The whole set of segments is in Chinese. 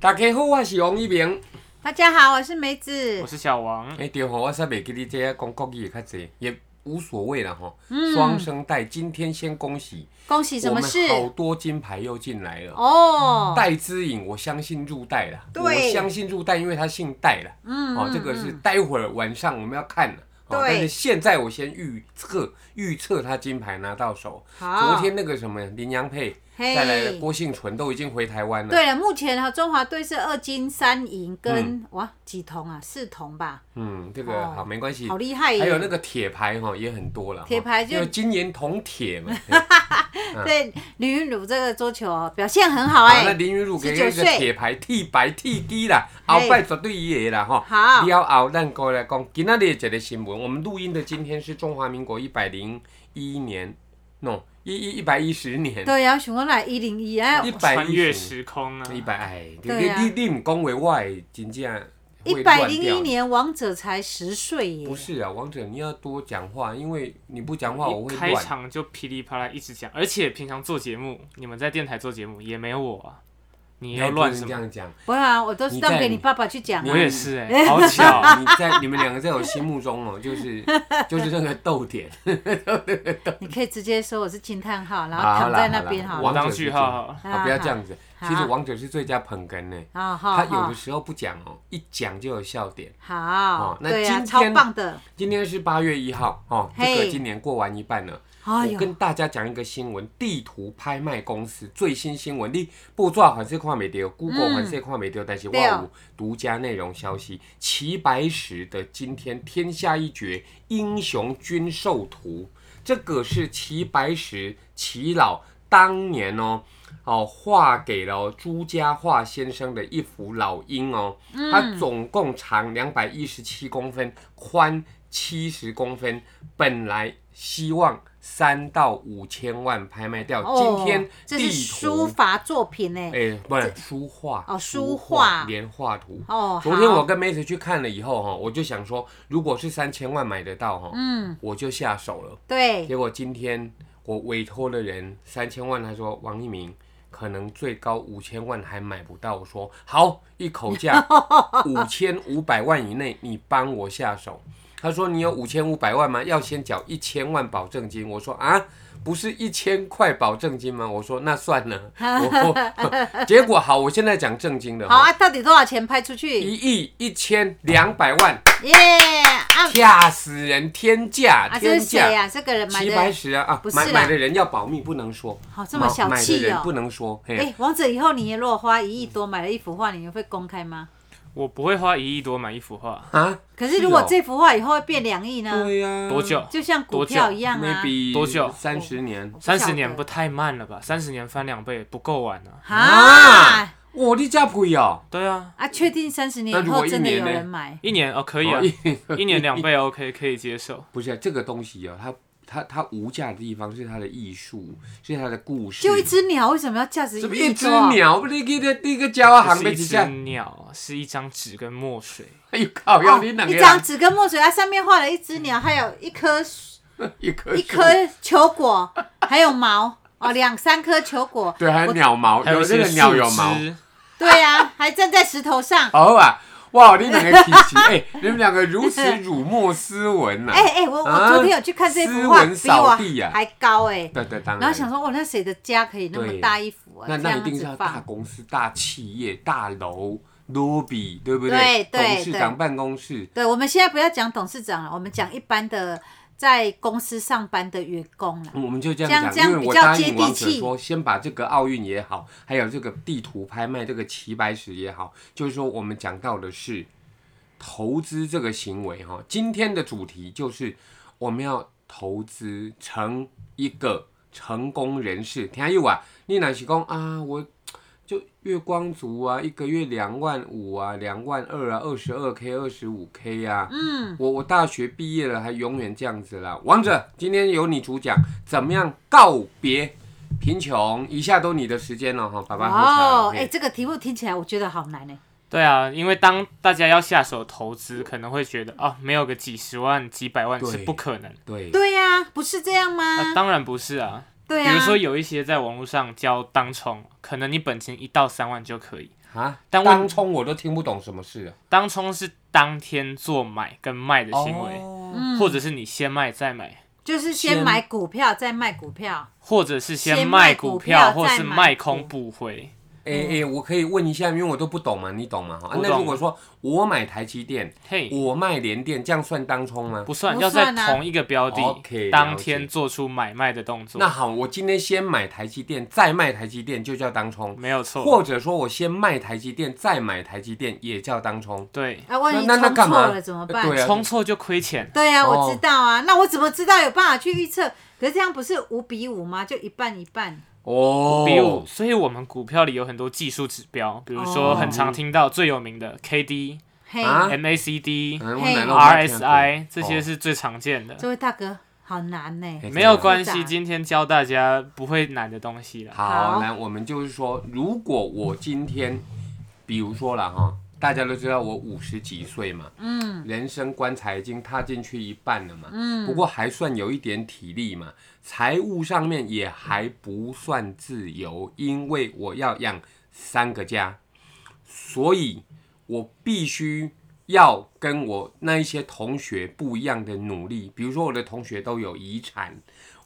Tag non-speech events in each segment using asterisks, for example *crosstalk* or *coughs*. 大家好，我是王一鸣。大家好，我是梅子我。是小王哎、，对吼，我煞袂记你这讲国语的较济，也无所谓啦吼。双声带，今天先恭喜，恭喜嗯什我么们嗯事？好多金牌又进来了。哦，戴之颖，我相信入戴啦，对我相信入戴，因为他姓戴啦。嗯，哦，这个是待会儿晚上我们要看的。哦，对但是现在我先预测，预测他金牌拿到手。好。昨天那个什么林洋配，嘿再来郭幸存都已经回台湾了。对了，目前哈中华队是二金三银跟、哇几铜啊，四铜吧，嗯，这个哦好没关系好。厉害耶！还有那个铁牌哈也很多了哈，哎铁牌就因为今年铜铁 *laughs* 嘛。啊对林云儒这个桌球哦表现很好啊，哎、那林云儒给一个19岁铁牌剃白剃低啦，嘿鳌拜绝对伊个啦吼。好了后，咱过来讲今仔日一个新闻，我们录音的今天是中华民国一百零一年，no 一一一百一十年，对，然后想我来一零一哎， *laughs* 一百穿越时空啊！一百哎，你对啊你你唔讲话，我会真正一会百乱零掉一。年王者才十岁耶不，是啊，王者，你要多讲话，因为你不讲话我一会开乱。场就噼里啪啦一直讲，而且平常做节目，你们在电台做节目也没有我啊，你要乱你什不能这么？样讲。不会啊，我都是你让在给你爸爸去讲你啊我。也 *laughs* 是哎、好巧啊，啊，你在你们两个在我心目中哦，就是 *laughs* 就是那个逗点。你可以直接说我是惊叹号，然后好躺啦在好那啦边好王我了。者当是句这样号好了。好啊，不要这样子。好其实王者是最佳捧哏呢，啊，好他好有的时候不讲哦，一讲就有笑点。好哦，那对啊，今超天棒的。今天是八月一号哦，这嘿个今年过完一半了。哎我呦，跟大家讲一个新闻，地图拍卖公司最新新闻，你报纸还是看没到，Google 还是看没到，但是我对哦有独家内容消息。齐白石的今天天下一绝英雄军授图，这个是齐白石齐老当年哦。哦，画给了朱家化先生的一幅老鹰哦，嗯它总共长两百一十七公分，宽七十公分，本来希望三到五千万拍卖掉，哦今天这是地书图法作品哎。哎、不是书画哦书画连画图。哦，昨天好我跟妹子去看了以后哈，我就想说，如果是三千万买得到哈，嗯，我就下手了。对结果今天我委托的人三千万，他说王一鸣可能最高五千万还买不到。我说好，一口 *laughs* 价五千五百万以内，你帮我下手。他说你有五千五百万吗？要先缴一千万保证金。我说啊，不是一千块保证金吗？我说那算了。 *laughs* 我结果好，我现在讲正经的好哈，啊，到底多少钱拍出去？一亿一千两百万，耶啊吓死人！天价，啊！这天是价！谁呀？这个人买齐白的，石啊，啊不是买啦买的人要保密，不能说。好这么小买气买的人哦不能说。嘿，哎，王者以后你如果花一亿多买了一幅画，你会公开吗？哦我不会花一亿多买一幅画，啊，可是哦如果这幅画以后会变两亿呢？对呀，多久？就像股多久票一样啊。 ？maybe 多久三十年我。不晓三得十年不太慢了吧？三十年翻两倍不够晚啊！啊哇，你这贵哦！对啊，啊！确定三十那年以如果后真一的年有呢人买？一年哦可以啊哦，一年两倍 OK 可以 *laughs* 接受。不是啊这个东西啊，它它它无价的地方是它的艺术，是它的故事。就一只鸟，为什么要价值什么亿一只多啊？鸟？不是一个一个鸟不行是被一几只下？鸟啊，是一张纸跟墨水。哎呦靠！要哦你两个嗯一张人纸跟墨水，它上面画了一只鸟，还有一颗 *laughs* 一颗一树颗球果，还有毛哦，两三颗球果。对，啊还有鸟毛，还有有一这些个树鸟有毛。枝，对呀、啊，还站在石头上。好啊，哇！你两个脾气， *laughs* 哎，你们两个如此 *laughs* 辱没斯文呐！啊哎哎、我我昨天有去看这幅斯画，文比扫地我啊还高哎、对对，当然。然后想说，哇，那谁的家可以那么对大一幅啊？那这那样一定是子要大放。公司、大企业、大楼、lobby，对不对对董事对长办公室，对，我们现在不要讲董事长了，我们讲一般的在公司上班的员工了。嗯我们就这这样样这讲，样因为比我较答接应地王者气说，先把这个奥运也好，还有这个地图拍卖、这个齐白石也好，就是说我们讲到的是投资这个行为哈。今天的主题就是我们要投资成一个成功人士。听友啊，你若是讲啊，我就月光族啊，一个月两万五啊，两万二啊，二十二 k、二十五 k 啊，嗯，我我大学毕业了还永远这样子啦。王者，今天由你主讲，怎么样告别贫穷？以下都你的时间了哈，爸爸喝茶了。哦，哎、嘿这个题目听起来我觉得好难哎、对啊，因为当大家要下手投资，可能会觉得啊，没有个几十万、几百万对是不可能。对，对呀、不是这样吗？啊，当然不是啊。对比呀、如说有一些在网络上教当冲，可能你本金一到三万就可以，啊，但问当冲我都听不懂什么事啊。当冲是当天做买跟卖的行为，哦嗯或者是你先卖再买，就是先先买股票再卖股票，或者是先卖卖股股票或再是买卖股空不回。哎哎，我可以问一下，因为我都不懂嘛，你懂吗？哈啊我懂那如果说我买台积电，嘿，我卖联电，这样算当冲吗？不算，不要在算啊同一个标的 OK，当了解天做出买卖的动作，那好，我今天先买台积电，再卖台积电，就叫当冲。没有错。或者说我先卖台积电，再买台积电，也叫当冲。对，啊，万一那那那冲干错嘛了怎么办？对啊冲错就亏钱，对呀、哦我知道啊，那我怎么知道有办法去预测？可是这样不是五比五吗？就一半一半。哦，比如，所以我们股票里有很多技术指标，比如说哦很常听到最有名的 KD、嘿，啊 MACD、嗯我嘿奶酪麦片 RSI 这些哦是最常见的。这位大哥好难呢、嘿没有关复系，杂今天教大家不会难的东西哦啦。好，好来，我们就是说，如果我今天，比如说了哈，大家都知道我五十几岁嘛，嗯，人生棺材已经踏进去一半了嘛，嗯，不过还算有一点体力嘛，财务上面也还不算自由，因为我要养三个家，所以我必须。要跟我那一些同学不一样的努力，比如说我的同学都有遗产，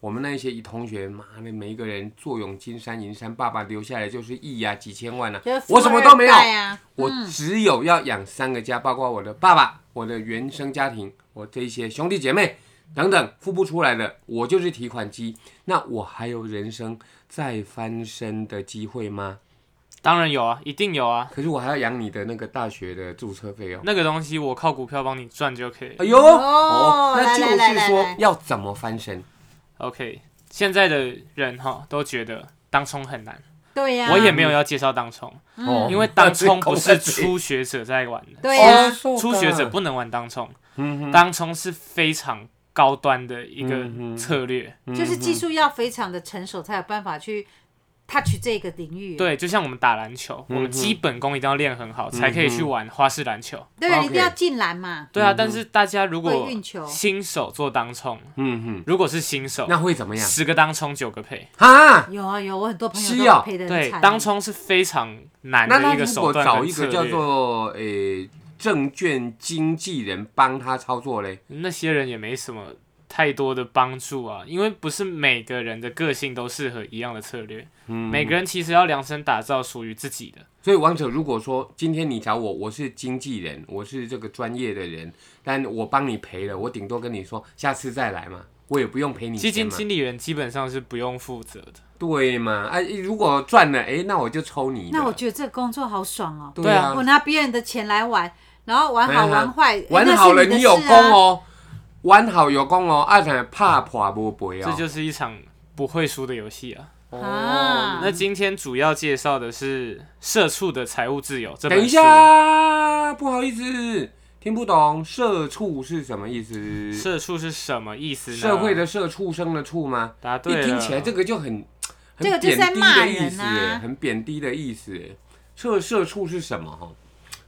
我们那一些同学，妈的，每一个人坐拥金山银山，爸爸留下来就是亿呀、几千万啊就是，富我什么都没有二，代啊，我只有要养三个家，包括我的爸爸、我的原生家庭、我这一些兄弟姐妹等等，付不出来的，我就是提款机。那我还有人生再翻身的机会吗？当然有啊，一定有啊，可是我还要养你的那个大学的注册费哦。那个东西我靠股票帮你赚就可以了哎。呦，哦，那来就来来是来说来要怎么翻身？ OK，现在的人哈都觉得当冲很难，对呀、我也没有要介绍当冲。啊哦因为当冲不是初学者在玩的，嗯对哦呀、初学啊者不能玩当冲，嗯当冲是非常高端的一个策略。就是嗯技术要非常的成熟才有办法去 touch 这个领域。对，就像我们打篮球，嗯我们基本功一定要练很好，才可以去玩花式篮嗯球。对啊， OK 你一定要进篮嘛。对啊，但是大家如果会运球新手做当冲，嗯哼，如果是新手，那会怎么样？十个当冲九个赔。哈，有啊有，我很多朋是友啊都赔的很对惨。，当冲是非常难那他的一个如手果段找跟一策个叫略。做诶、证券经纪人帮他操作嘞，那些人也没什么太多的帮助啊，因为不是每个人的个性都适合一样的策略，嗯每个人其实要量身打造属于自己的。所以王者，如果说今天你找我，我是经纪人，我是这个专业的人，但我帮你赔了，我顶多跟你说下次再来嘛，我也不用赔你基钱金嘛，经理人基本上是不用负责的，对嘛？哎、如果赚了，哎、那我就抽你的。那我觉得这个工作好爽哦，对啊我，拿别人的钱来玩，然后玩好哎呀玩坏，哎玩好了那是你你有的事功啊。哦，玩好有功哦，啊，才怕破不赔这哦。就是一场不会输的游戏啊。啊那今天主要介绍的是《社畜的财务自由》这本等一书。下，不好意思，听不懂“社畜”是什么意思？社畜是什么意思呢？社会的社，畜生的畜吗？答对啊一了。听起来这个就很这个很就是贬在低骂的意人思啊耶，很贬低的意思耶。社社畜是什么？哈，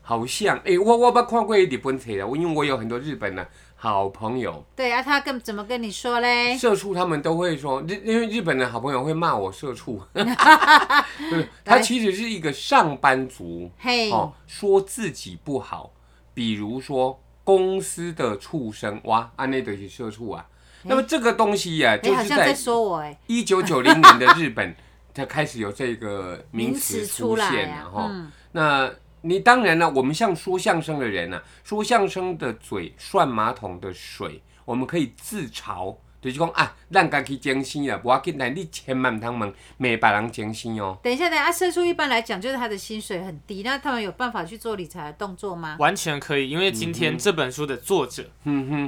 好像哎、我我捌看过日本册的，我啊因为我有很多日本的好朋友，对啊，他跟怎么跟你说嘞？社畜他们都会说，日因为日本的好朋友会骂我社畜， *laughs* *laughs* 对他其实是一个上班族。嘿，哦，说自己不好，比如说公司的畜生，哇，安内德是社畜啊。那么这个东西呀、你就哎好是像在在说我哎，一九九零年的日本，它开始有这个名名词词出出来现啊了哈。嗯那你当然了、我们像说相声的人呢、说相声的嘴涮马桶的水，我们可以自嘲，就是讲啊，咱家己精心啊，不要紧，但你千万不通问，没别人精心哦。等一下，等一下，社畜一般来讲就是他的薪水很低，那他们有办法去做理财的动作吗？，完全可以，因为今嗯天这本书的作者，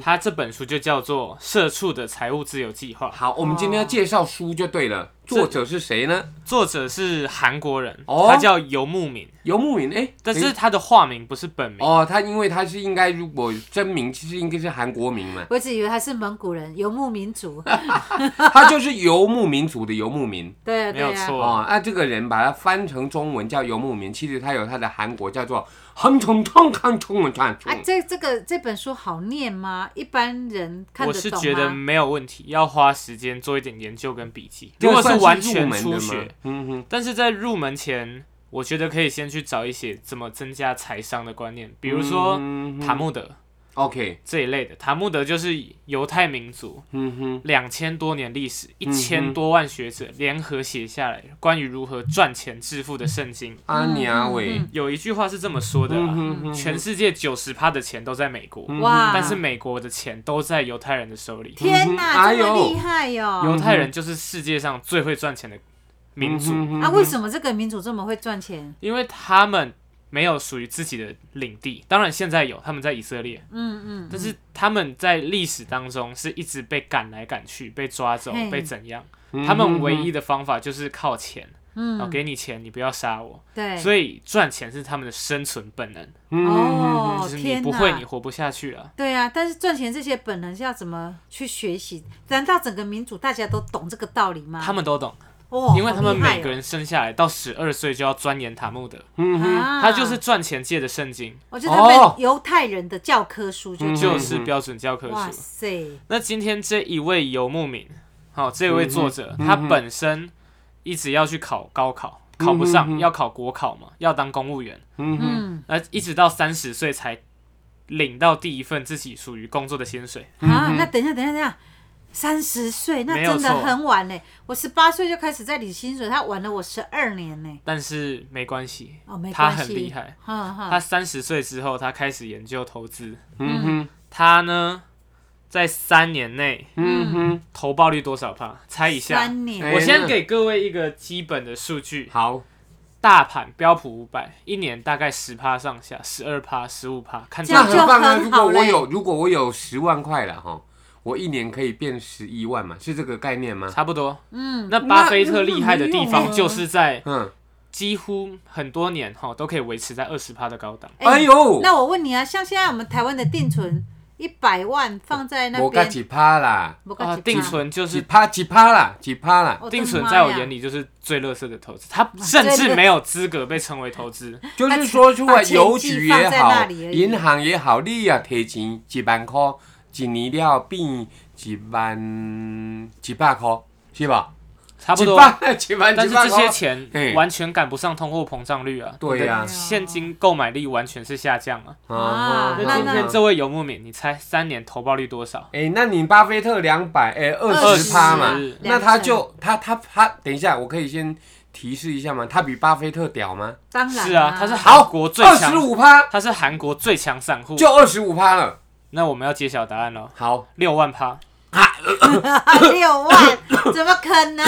他这本书就叫做《社畜的财务自由计划》，好，我们今天要介绍书就对了，作者是谁呢？作者是韩国人，哦他叫游牧敏，游牧民，哎、但等是于他的化名不是本名，哦，他因为他是应该如果真名，其实应该是韩国名嘛我一直以为他是蒙古人，游牧民 *laughs* 族。他就是游牧民族的游牧民对啊，没有对啊。错。哦。那、这个人把它翻成中文叫游牧民，其实他有他的韩国叫做横冲冲横冲冲啊，这这个这本书好念吗？一般人看我得是懂觉得吗？没有问题，要花时间做一点研究跟笔记。这如个果算是是完入全门的初吗学，嗯哼，但是在入门前，我觉得可以先去找一些怎么增加财商的观念，比如说嗯塔木德 OK，这一类的。塔木德就是犹太民族嗯哼，两千多年历史，一嗯千哼多万学者联合写下来关于如何赚钱致富的圣经。阿尼阿伟，嗯有一句话是这么说的嗯啦：哼嗯哼，全世界九十趴的钱都在美国，哇，嗯但是嗯美国的钱都在犹太人的手里。天哪，哎这么呦厉害哦哟、犹太人就是世界上最会赚钱的民族，嗯哼啊，为什么这个民主这么会赚钱？因为他们没有属于自己的领地。当然现在有，他们在以色列，嗯嗯，但是他们在历史当中是一直被赶来赶去、被抓走嘿、被怎样。嗯哼他们唯一的方法就是靠钱，嗯哎我给你钱，你不要杀我。对，所以赚钱是他们的生存本能，嗯哼哦就是你天不会，哪你活不下去了。对啊，但是赚钱这些本能是要怎么去学习？难道整个民主大家都懂这个道理吗？他们都懂，啊哦，因为他们每个人，人生下来到十二岁就要钻研塔木德，嗯哼啊、他就是，赚钱界的圣经，我觉得他们哦犹太人的教科书就、就嗯是标准教科哇书。塞，那今天这一位游牧民，好、这位作者、嗯哼他本身一直要去考高考，考嗯不哼上，哼要考国考嘛，要当公务员，嗯哼，嗯那一直到三十岁才领到第一份自己属于工作的薪水。啊，那等一下，等一下，等一下。三十岁那嗯没有真的错很晚呢，我十八岁就开始在领薪水，他晚了我十二年呢。但是没关系，哦，没他关系，啊很厉害。哼哼他三十岁之后，他开始研究投资。嗯哼，他呢，在三年内嗯哼，投报率多少趴？猜一下。三年，哎我先那给各位一个基本的数据，好，大盘标普五百一年大概十趴上下，十二趴、十五趴，看这样那到很棒啊！就如很好果我嘞有，如果我有十万块了哈，我一年可以变十一万嘛，是这个概念吗？差不多。嗯，那巴菲特厉害的地那那方没就是在嗯，几乎很多年哈都可以维持在二十趴的高档。哎呦，那我问你啊，像现在我们台湾的定存一百万放在嗯那我干边，几趴啦，我啊，哦定，存就几是趴几趴啦，几趴啦，哦我的定存，妈在我呀眼，里就是最垃圾的投资，它甚至没有资格被称为投资。就是说，如果邮局也把钱寄放在那好，里而已银行也好，你也提钱一万块，一年了变一万一百块，是吧？差不多一。万 *laughs* 一万但一是百这些块。钱哦嘿完全赶不上通货膨胀率啊！对呀你的现金购买力完全是下降啊。啊那那今那天这位游牧民，你猜三年投报率多少？哎、那你巴菲特两百哎二十20趴嘛， 20那他就他他他，等一下，我可以先提示一下吗？他比巴菲特屌吗？当然是啊，他是好韩国最二十强，五趴，他是韩国最强散户。就二十五趴了。那我们要揭晓答案喽，好， *coughs* 六万趴。 *laughs* 六万，怎么可能？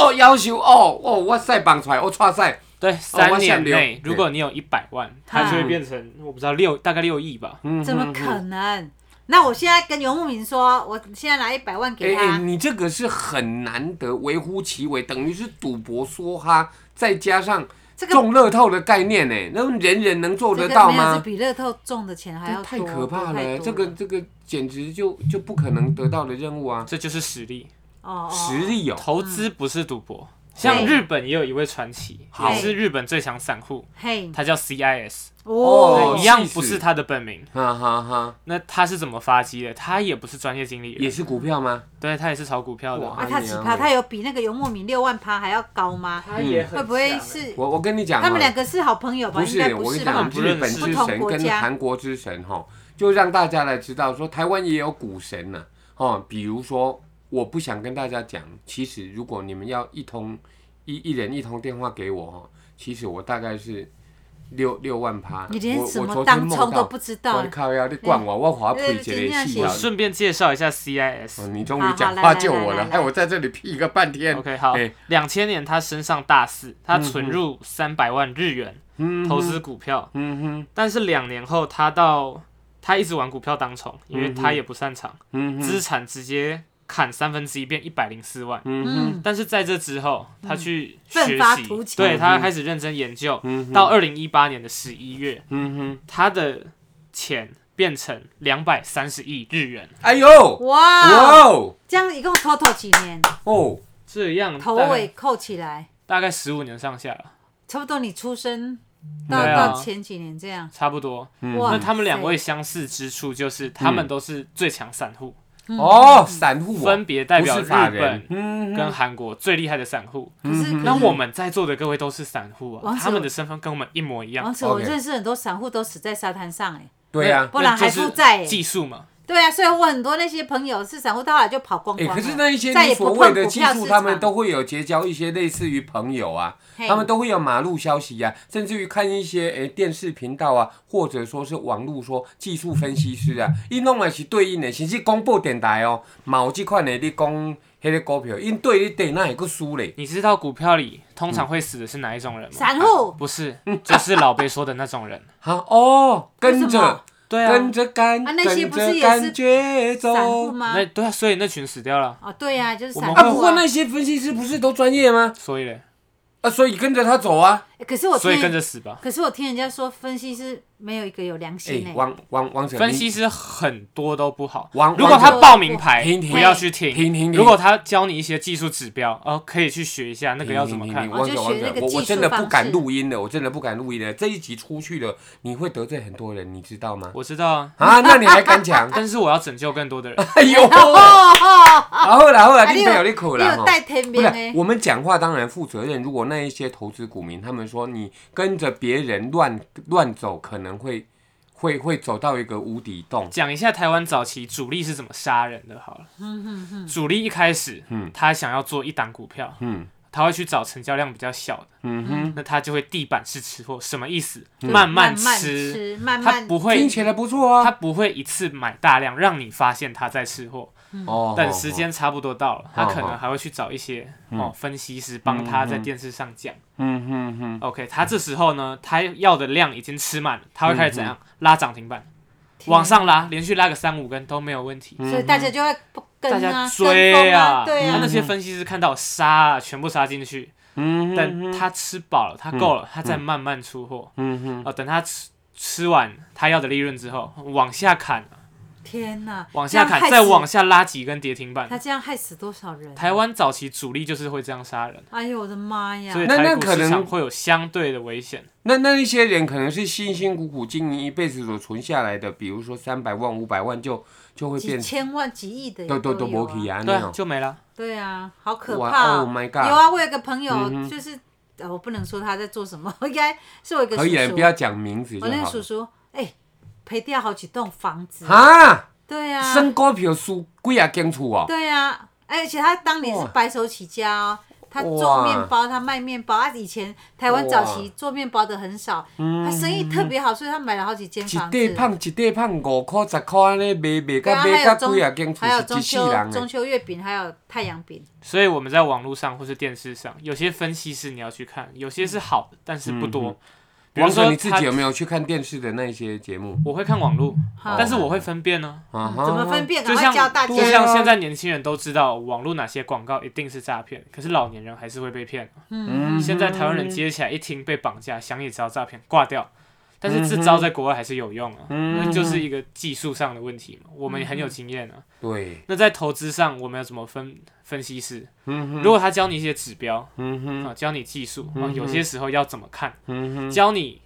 哦，要求哦哦，哇塞，绑出来，哦，哇塞，对，三年我想内留，如果你有一百万，它就会变成我不知道六大概六亿吧。嗯怎么可能？那我现在跟游牧民说，我现在拿一百万哎、给哎他，你这个是很难得，微乎其微，等于是赌博梭哈，再加上这个中乐透的概念呢，那人人能做这得个到没有，这吗？比乐透中的钱还要这多，太可怕多太了，多这个这个简直就就不可能得到的任务啊！这就是实力，哦哦实力有、投资不是赌博。像对日本也有一位传奇，嗯好也是日本最强散户，嘿他叫 CIS，哦哦一样气死不是他的本名。哈啊哈哈，那他是怎么发迹的？他也不是专业经理也人，是股票吗？对他也是炒股票的哇。啊，他几哎趴？他有比那个游牧民六万趴还要高吗？他也欸会不会嗯是我我跟你讲哦，他们两个是好朋友吧？不应是该，我跟你吧？讲，们不认日本识之不同神国跟家韩国之神哈，就让大家来知道说，台湾也有股神呐、哦，比如说，我不想跟大家讲，其实如果你们要一通一一人一通电话给我哈，其实我大概是六六万趴，你连我什我么昨天当梦冲都到不知道我，靠呀！你管我，我华配一个戏我啊！顺便介绍一下 CIS 哦。你终好于好讲来话来救来我来了，来害我在这里屁个半天。 OK，好哎，两千年他升上大四，他存入三百万日元嗯投资股票，嗯哼，但是两年后他到他一直玩股票当冲，因为他也不擅长，嗯哼，资产直接砍三分之一，变一百零四万。嗯哼，嗯，但是在这之后，他去奋学发图习，强对他开始认真研究，到二零一八年的十一月，嗯哼，他的钱变成两百三十亿日元，哎呦，哇，哇哦，这样一共 total 几年？哦。这样头大概尾扣起来，大概十五年上下了，差不多你出生到对啊到前几年这样。嗯差不多。哇那他们两位相似之处就是，他们都是最强散户，嗯哦，散户哦分别代表不日嗯是法人本，嗯，跟韩国最厉害的散户。嗯可是那可是我们在座的各位都是散户王啊，子他们的身份跟我们一模一样王。子，我 OK 认识很多散户都死在沙滩上哎、对啊呀、不然那就还是负债欸技术嘛，对啊，所以我很多那些朋友是散户，到后来就跑光哎、光了。可是那一些啊再你也不所碰谓的股技票术，市他们场都会有结交一些类似于朋友啊，嘿他们都会有马路消息啊，甚至于看一些诶、电视频道啊，或者说是网络说技术分析师啊，伊弄的是对应的，甚至广播电台哦，某这款的你讲迄个股票，因对你对那也个输嘞，你知道股票里通常会死的是哪一种人吗？嗯散户啊不是，就是老贝说的那种 *laughs* 人。哈哦，跟为什么着对啊，跟着感，啊跟那些着不是也是感觉散户走。吗？那对啊，所以那群死掉了。哦，对呀、啊，就是我散们户、啊，啊。不过那些分析师不是都专业吗？所以嘞，啊，所以跟着他走啊。欸可是我所以听，跟着死吧。可是我听人家说，分析师没有一个有良哎心哎、，王王王者分析师很多都不好。王如果他报名牌停，停不要去听。停停停如果他教你一些技术指标，哦，可以去学一下，那个要怎么看你你？你哦就王学者那王个者，我我技术真的不方敢式录音的，我真的不敢录音的。这一集出去了，你会得罪很多人，你知道吗？我知道啊，啊，那你还敢讲？ *laughs* 但是我要拯救更多的人。 *laughs* 哎呦， *laughs* 哦哦，啊好啦好啦，啊你你朋有友你口你啦有吼。带天不兵是哎，我们讲话当然负责任。如果那一些投资股民他们说你跟着别人乱乱走，可能会会会走到一个无底洞。讲一下台湾早期主力是怎么杀人的，好了。嗯主力一开始，他想要做一档股票，嗯他会去找成交量比较小的，嗯哼，嗯那他就会地板式吃货，什么意思？就是慢慢吃，吃，慢他慢不 *laughs* 会听起来不错他啊。不会一次买大量，让你发现他在吃货，哦等时，间差不多到了，他可哦能还会去找一些哦分析师帮他在电视上讲。嗯哼哼， OK，他这时候呢，他要的量已经吃满了，他会开始嗯怎样拉涨停板，天往上拉，连续拉个三五根都没有问题。嗯所以大家就会不跟大啊，家跟追嗯风啊，对他啊那，些分析师看到杀啊，全部杀进去，嗯哼，等他吃饱了，他够了，他再慢慢出货。嗯哼，哦，等他吃吃完他要的利润之后，往下砍，天哪，往这下样害砍，死再往下拉几根跌停板。他这样害死多少人？啊台，湾早期主力就是会这样杀人，哎呦我的妈呀所！以那那台股可能市场会有相对的危险。哦那那一些人可能是辛辛苦苦经营一辈子所存下来的，比如说三百万、五百万就就会几变千万、几亿的也都都都有没去啊，啊，对那啊，种就没了。对啊，好可怕哇，Oh 哦！ my 有 God！嗯啊，我有一个朋友就是，呃我不能说他在做什么， *laughs* 应该是我一个叔可以啊，你叔不，要讲名字就我那个好叔叔，哎，赔掉好几栋房子，了。对啊，啊，生股票输几啊间厝哦，对啊，而且他当年是白手起家哦，他做面包，他卖面包。啊他以前台湾早期做面包的很少，他生意特别好，所以他买了好几间嗯一块房子。胖一块胖五块十块安尼卖卖对到啊，卖还到有几啊间中还厝有是中一世秋人中的。秋月饼，还有太阳饼。所以我们在网络上或是电视上，有些分析师你要去看，有些是好的，但是不嗯多。比如王说总，你自他己有没有去看电视的那些节目？我会看网络，好但是我会分辨呢、啊哈嗯怎么分辨？赶就快像教大就家。像现在年轻人都知道网络哪些广告一定是诈骗，可是老年人还是会被骗。嗯，现在台湾人接起来一听被绑架，想也知道诈骗，挂掉。但是嗯这招在国外还是有用啊，那就是一个技术上的问题嘛。我们也很有经验啊。对，那在投资上，我们要怎么分分析师？嗯如果他教你一些指标，啊，教你技术，啊，有些时候要怎么看，嗯教你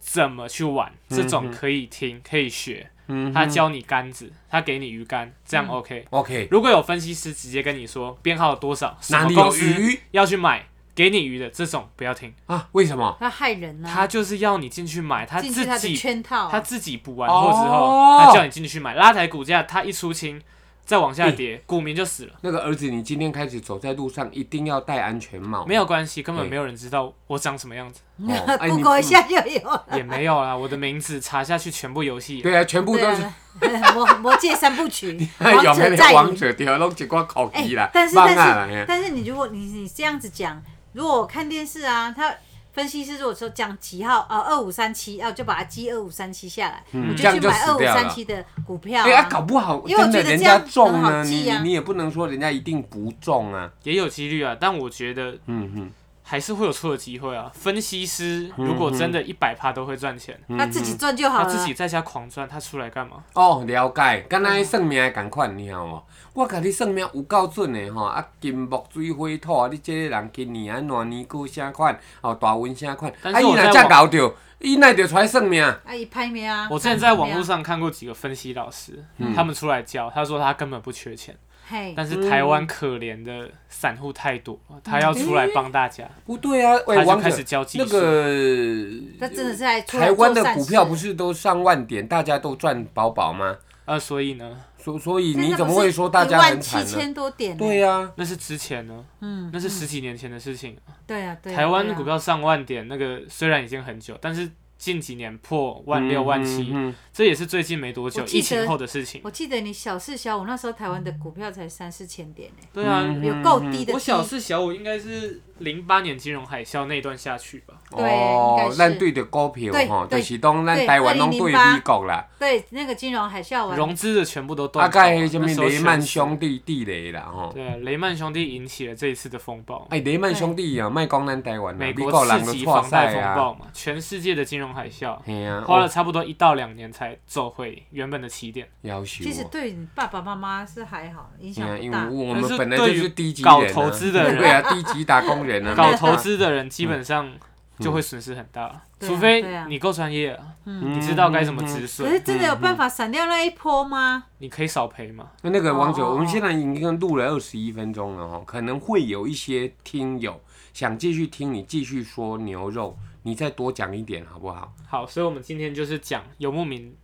怎么去玩，这种可以听，可以学。嗯他教你杆子，他给你鱼竿，这样 OK。 ，OK，如果有分析师直接跟你说编号多少，什哪么里有公司鱼要去买，给你鱼的这种不要听，啊？为什么？他害人嗯呢，他就是要你进去买，他进去他自的己圈套啊。他自己补完货之后，哦他叫你进去买，拉抬股价，他一出清，再往下跌，股民就死了。那个儿子，你今天开始走在路上一定要戴安全帽。没有关系，根本对没有人知道我长什么样子， *laughs* 哦哎你 Google 一下就有。也没有啦，我的名字查下去全部游戏。对啊，全部对都是啊， *laughs* 魔魔界三部曲，啊王 *laughs* 有没者有在王你。者对啊，弄一挂口哎、技啦，但是放但啊是啦但是你如果你你这样子讲，如果我看电视啊，他分析师如果说讲几号啊二五三七，啊我就把它记二五三七下来，我嗯这样去就买死二五掉了三七的股票、哎呀，搞不好啊因为我真的觉得人这家样中很呢，好你记啊你你也不能说人家一定不中啊。也有几率啊，但我觉得嗯哼，嗯还是会有错的机会啊。分析师如果真的一百趴都会赚钱，他自己赚就好他了。自己在家狂赚，他出来干嘛？哦，了解，敢若迄算命的共款，你知无？我甲你算命有够准的吼，啊金木水火土，啊你即个人今年安怎年过啥款，哦大运啥款，但啊是伊我若在遮网搞着，伊那着出来算命，阿姨拍没啊？我之前在网络上看过几个分析老师，嗯他们出来教，他说他根本不缺钱，啊嘿，但是嗯台湾可怜的散户太多了，他要出嗯来帮大家，不对啊，喂、他就王开者始教技那术。个他真的是在出来台湾的做善股票事不是都上万点，大家都赚饱饱吗？呃，所以呢，所所以现在你怎么不是会说大家很一万惨七呢？千多点呢？对呀、啊，那是之前呢，嗯，那是十几年前的事情。对啊，对啊。台湾对啊股票上万点，那个虽然已经很久，但是近几年破万六、万七，嗯嗯这也是最近没多久我记得疫情后的事情。我记得你小四小五那时候台湾的股票才三四千点呢，对啊，有够低的低。我小四小五应该是零八年金融海啸那段下去吧。对应该哦，是咱对着股票对吼，就对是当咱对台湾拢对2008美国啦，对那个金融海啸完，融资的全部都断啊，掉了，盖迄什么那时候雷曼全部兄弟地雷啦吼。对啊，雷曼兄弟引起了这一次的风暴，哎，雷曼兄弟啊，卖讲咱台湾啦，美美国国人次就级错房贷赛风啊暴，嘛，全世界的金融海啸，嘿啊，花了哦，差不多一到两年才走回原本的起点。要求哦其实对你爸爸妈妈是还好，影响啊，不因大为。我但是们本来就对于是低级搞人啊投资的人对啊，低级打工人啊， *laughs* 搞没投办法嗯资的人基本上就会损失很大，对啊除非对啊嗯你够专业啊，你知道该怎么嗯止可损，是真的有办法闪掉那一波吗？你可以少赔嘛。那个王者，哦哦哦我们现在已经录了二十一分钟了哈，可能会有一些听友想继续听你继续说牛肉，你再多讲一点好不好？好，所以我们今天就是讲游牧民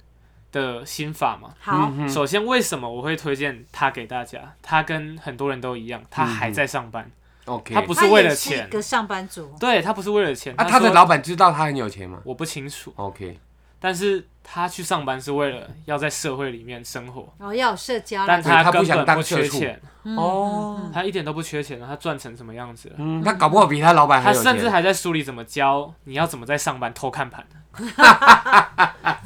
的心法嘛。嗯好，首先，为什么我会推荐他给大家？他跟很多人都一样，他嗯还在上班， OK，他不不是为了钱一，个上班族，对他不是为了钱。啊，他的说老板知道他很有钱吗我不清楚， ？OK，但是他去上班是为了要在社会里面生活，然后要有社交啦嗯但对他不根想本当不社缺畜钱，哦，他一点都不缺钱，他赚成什么样子了？嗯，他搞不好比他老啊板他还有甚至钱，还在书里怎么教你要怎么在上班偷看盘。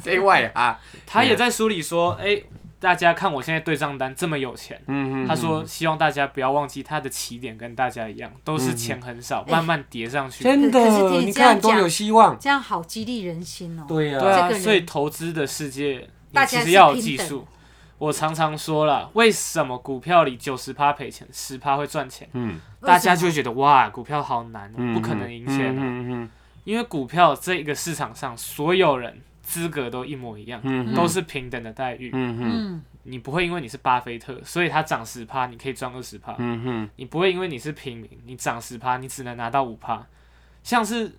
这外啊，他也在书里说，哎、大家看我现在对账单这么有钱，嗯嗯，他说希望大家不要忘记他的起点跟大家一样，都是钱很少，嗯慢慢叠上去。真可是的，听你你这样看多讲有希望，这样好激励人心哦。对呀、对啊，这个人所以投资的世界，你大其家实是要有平技等术。我常常说了，为什么股票里九十趴赔钱，十趴会赚钱？嗯，为什么嗯大家就会觉得哇，股票好难哦，不可能赢钱啊、嗯嗯因为股票这一个市场上，所有人资格都一模一样，嗯都是平等的待遇。嗯嗯嗯，你不会因为你是巴菲特，所以他涨十趴，你可以赚二十趴；嗯嗯，你不会因为你是平民，你涨十趴，你只能拿到五趴。像是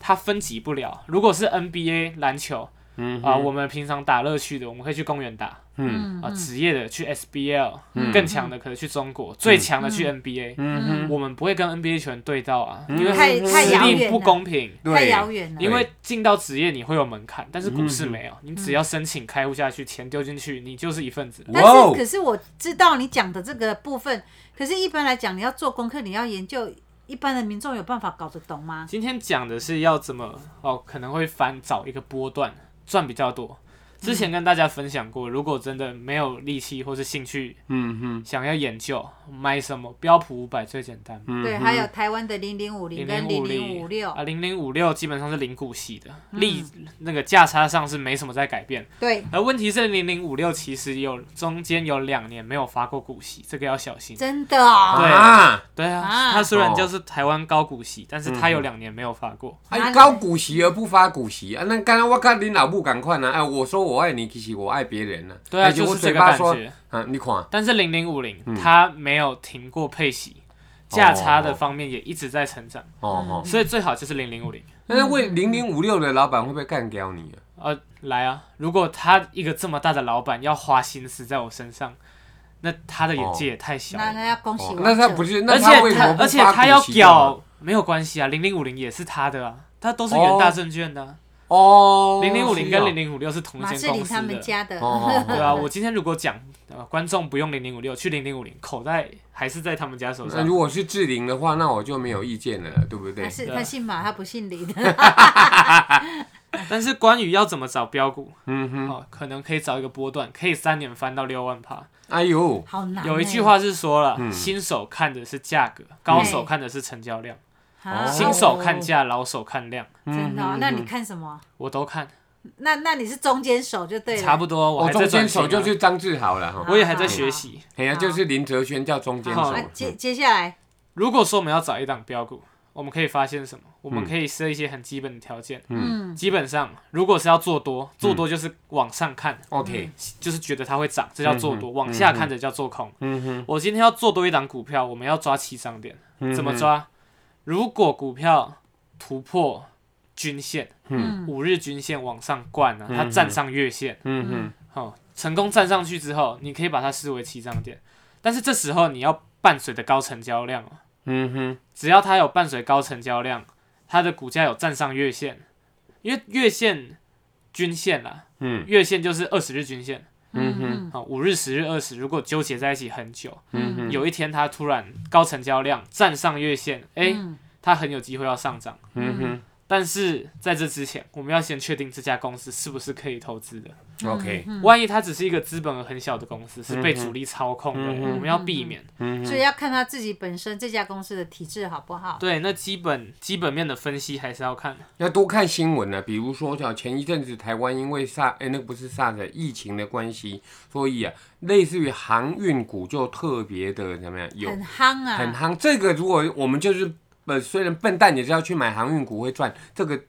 它分级不了，如果是 NBA 篮球，啊、嗯我们平常打乐趣的，我们可以去公园打啊、嗯嗯职业的去 SBL，、更嗯强的可能去中国，最强的去 NBA。嗯我们不会跟 NBA 球员对到啊，嗯因为太太实遥力远不了，公平。太对，遥远了。因为进到职业你会有门槛，但是股嗯市没有，你只要申请开户下去，钱丢进去，你就是一份子。但哇哦是，可是我知道你讲的这个部分，可是一般来讲，你要做功课，你要研究，一般的民众有办法搞得懂吗？今天讲的是要怎么哦，可能会翻找一个波段赚比较多。之前跟大家分享过，如果真的没有力气或是兴趣，嗯嗯想要研究买什么标普五百最简单，嗯，对，还有台湾的零零五零跟零零零五六，嗯啊，零零五六基本上是零股息的，利那个价差上是没什么在改变。对，而问题是零零五六其实有中间有两年没有发过股息，这个要小心。真的哦，啊，对啊，啊它虽然叫是台湾高股息，但是它嗯有两年没有发过。啊，高股息而不发股息啊！那刚刚我跟你老母赶快呢，哎，我说我爱你，其实我爱别人呢、啊。对啊，但是就我是这嘴个巴感说觉。啊，你看，但是零零五零嗯它没有停过配息，价差的方面也一直在成长，哦哦，所以最好就是零零五零。那为零零五六的老板会不会干掉你、啊？呃，来啊！如果他一个这么大的老板要花心思在我身上，那他的眼界也太小那了。那要恭喜哦我，，那他不是，那而且为什么不而且发他要股息就好屌没有关系啊，零零五零也是他的啊，他都是元大证券的、啊，哦，零零五零是哦跟零零五六是同一马间志公林司他们的。家的， *laughs* 哦， *laughs* 对啊，我今天如果讲呃，观众不用零零五六，去零零五零，口袋还是在他们家手那上。 *laughs* 如果是志玲的话，那我就没有意见了，对不对他？是对啊他姓马，他不姓林，但是关于要怎么找标股，嗯哼，哦，可能可以找一个波段，可以三年翻到六万趴。哎呦，好难嗯欸。有一句话是说了，新手看的是价格，高手看的是成交量。哈啊哦新手看价，老手看量，真的哦、那你看什么？我都看，那那你是中间手就对了，差不多。我我还中在间转型手啊就是张志豪了哈，我也还在学习。哎呀，就是林哲轩叫中间好手嗯啊，，接接下来，如果说我们要找一档标股，我们可以发现什么？我嗯们可以设一些很基本的条件。嗯，基本上，如果是要做多，做嗯多就是往上看， OK，就是觉得它会涨，这叫做多；往下看的叫做空。嗯哼，我今天要做多一档股票，我们要抓起涨点，嗯怎么抓？如果股票突破均线，嗯五日均线往上灌呢、啊它站上月线，嗯哼，哦，成功站上去之后，你可以把它视为起涨点，但是这时候你要伴随着高成交量哦，嗯哼，只要它有伴随高成交量，它的股价有站上月线，因为月线均线啦，嗯，月线就是二十日均线嗯哼嗯啊，五、日、十日、二十，如果纠结在一起很久，嗯哼，有一天它突然高成交量站上月线，诶，嗯它很有机会要上涨。嗯但是在这之前，我们要先确定这家公司是不是可以投资的。哼，OK，万一它只是一个资本额很小的公司，是被嗯哼主力操控的，嗯哼我们要避免。嗯所哼，以要看他自己本身这家公司的体制好不好。对，那基本基本面的分析还是要看。要多看新闻啊呢、比如说，像前一阵子台湾因为萨，哎、那个不是萨的疫情的关系，所以啊，类似于航运股就特别的怎么样，有很夯啊， *laughs* 很夯。这个如果我们就是呃，虽然笨蛋也知道去买航运股会赚，这个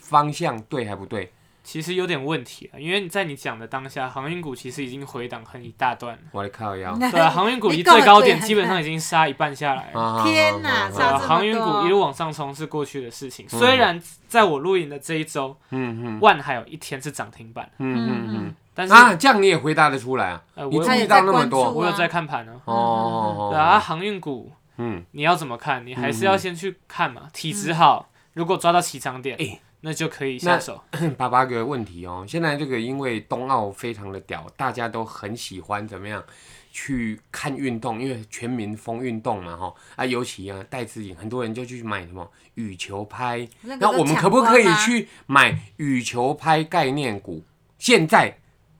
方向对还不对？其实有点问题啊，因为在你讲的当下，航运股其实已经回档很一大段了。 *laughs* 我的靠腰对啊，航运股你离够最高了点对基本上已经杀一半下来了。啊嗯天哪对差这么啊，多航运股一路往上冲是过去的事情。虽然在我录影的这一周，嗯嗯万海有一天是涨停板，嗯嗯但嗯，是啊，这样你也回答得出来啊？呃，你我注他意也到在那么关注多啊我有在看盘呢。哦哦，哦对啊，，航运股嗯，你要怎么看？你还是要先去看嘛，体质好，如果抓到起涨点哎，那就可以下手。爸爸个问题哦，现在这个因为冬奥非常的屌，大家都很喜欢怎么样去看运动，因为全民疯运动嘛哈啊，尤其啊戴资颖，很多人就去买什么羽球拍，那那个都我们抢可不可以光啊？去买羽球拍概念股？现在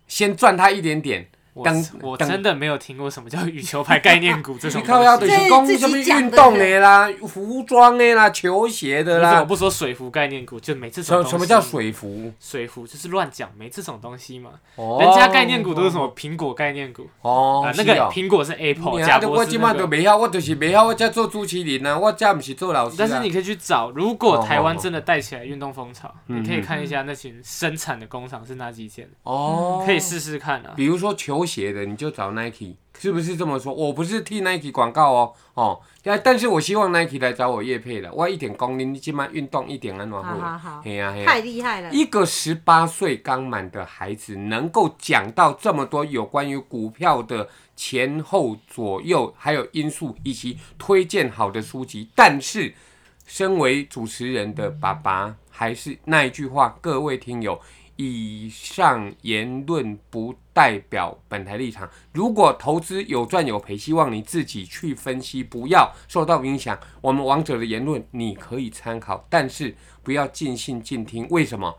先赚它一点点，我等我等真的没有听过什么叫羽球拍概念股这 *laughs* 种你东靠要的西。这是供自己什么讲运的动的啦、服装的啦、球鞋的你怎么啦，不说水服概念股？就没这什种么东西。什么叫水服？水壶就是乱讲，没这种东西嘛。哦人家概念股都是什么苹果概念股哦，啊、那是个哦苹果是你 Apple，啊贾都博我士即那满都个。袂晓，我就是袂晓，我才做主持人啊，我才毋是做老师、啊。但是你可以去找，如果台湾哦真的带起来运动风潮，嗯你可以看一下那群生产的工厂是哪几间，哦，可以试试看啊。比如说球鞋的，你就找 Nike，是不是这么说？我不是替 Nike 广告哦，哦，但但是我希望 Nike 来找我叶配了，我一点功力，你即满运动一点安怎好好？好好，嘿啊呀嘿呀太。厉害了，一个十八岁刚满的孩子能够讲到这么多有关于股票的前后左右，还有因素以及推荐好的书籍，但是身为主持人的爸爸，还是那一句话，各位听友，以上言论不代表本台立场。如果投资有赚有赔，希望你自己去分析，不要受到影响。我们王者的言论你可以参考，但是不要尽信尽听。为什么？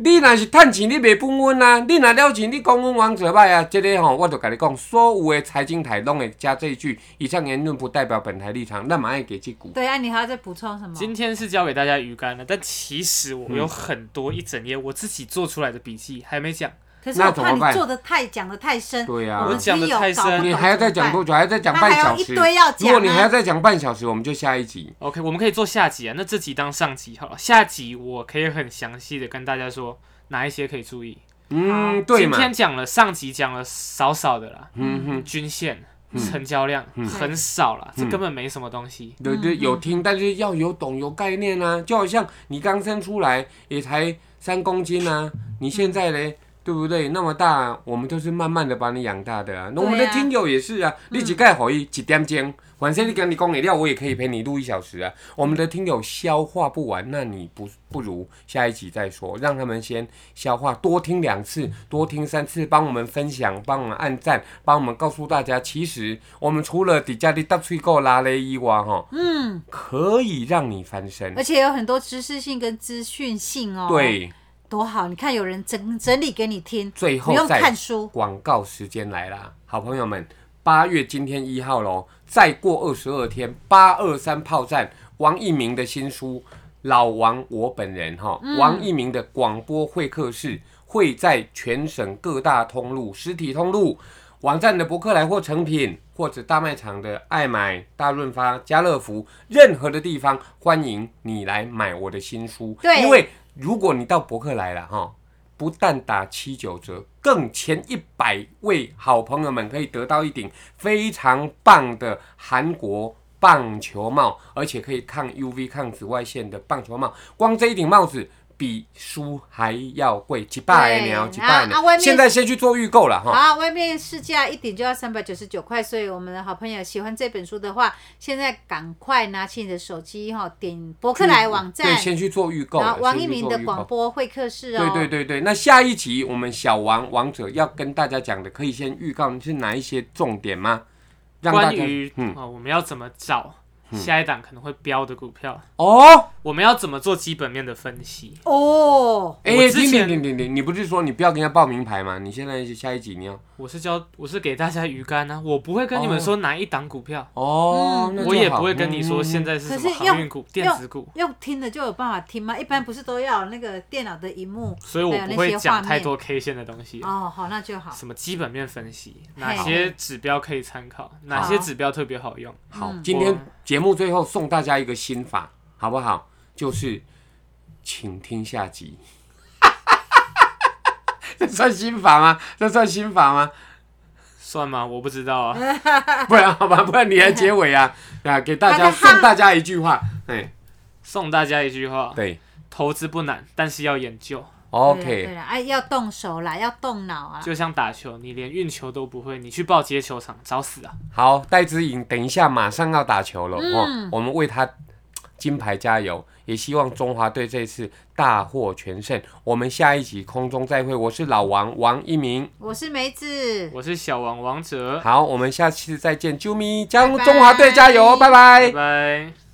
你若是趁钱，你袂分阮啊！你若了钱，你讲阮王者歹啊！这个吼，我就甲你讲，所有的财经台拢会加这一句：以上言论不代表本台立场。那么爱给这股。对啊，你还要再补充什么？今天是教给大家鱼竿的，但其实嗯我有很多一整页我自己做出来的笔记还没讲，可是我那怎么怕你办做的太讲的太深，对呀、啊，们我讲得听友太搞不深懂你还要再讲多久？还要再讲半小时？那还有一堆要讲啊如果你还要再讲半小时，我们就下一集。 OK，我们可以做下集啊，那这集当上集好了。下集我可以很详细的跟大家说哪一些可以注意。嗯，对今嘛？天讲了上集讲了少少的啦，嗯哼，嗯均线、成交量很少啦，这根本没什么东西。有有嗯有听，但是要有懂有概念啊。就好像你刚生出来也才三公斤啊，你现在嘞，对不对？那么大，我们都是慢慢的把你养大的啊。那对啊嗯我们的听友也是啊，你几盖好一几点钟，晚上你跟你讲饮料，我也可以陪你录一小时啊。我们的听友消化不完，那你不不如下一集再说，让他们先消化，多听两次，多听三次，帮我们分享，帮我们按赞，帮我们告诉大家，其实我们除了底价的搭吹够拉嘞以外，哈，嗯，可以让你翻身而。且有很多知识性跟资讯性哦，，对，多好！你看有人整整理给你听，最不后用再看书，广告时间来啦，好朋友们，八月今天一号喽，再过二十二天，八二三炮战，王一鸣的新书《老王我本人》哈，王一鸣的广播会客室会在全省各大通路、实体通路、网站的博客来或成品，或者大卖场的爱买、大润发、家乐福，任何的地方欢迎你来买我的新书。对因为如果你到博客来了哈，不但打七九折，更前一百位好朋友们可以得到一顶非常棒的韩国棒球帽，而且可以抗 UV 抗紫外线的棒球帽。光这一顶帽子比书还要贵，几百对呢？几然后百呢啊外？面现在先去做预购了哈。啊，外面市价一顶就要三百九十九块，所以我们的好朋友喜欢这本书的话，现在赶快拿起你的手机哈、点博客来网对，站，先去做预购了。然后王先一去鸣做的预购广播会客室哦，对对对对，那下一集我们小王王者要跟大家讲的，可以先预告是哪一些重点吗？让大关家于嗯啊，我们要怎么找下一档可能会标的股票，哦，我们要怎么做基本面的分析？哦，哎、我之停停前停停停，你不是说你不要跟人家报名牌吗？你现在下一集你要我是教，我是给大家鱼竿啊，我不会跟你们哦说哪一档股票，哦，那就我也好嗯不会跟你说现。在是什可么是航运股、电子股，用听的就有办法听吗？一般不是都要那个电脑的荧幕所以我不会讲太多 K 线的东西，哦，好，那就好，什么基本面分析，哪些指标可以参考，哪些指标特别好用。嗯好嗯，今天节目最后送大家一个心法，好不好？就是请听下集。 *laughs* 这算心法吗？这算心法 *laughs* 吗？算吗？我不知道啊。不然好吧，不然你来结尾啊！啊，给大家他在哈送大家一句话，哎，送大家一句话：对。啊投资不难，但是要研究。对啦对 OK，了，哎、要动手啦，要动脑啊，就像打球，你连运球都不会，你去报街球场找死啊！好，戴资颖，等一下马上要打球嗯了、哦，我们为他金牌加油，也希望中华队这次大获全胜。我们下一集空中再会，我是老王王一鸣。我是梅子，我是小王王哲，好，我们下次再见，啾咪，加入呃拜拜中华队加油，拜拜拜拜。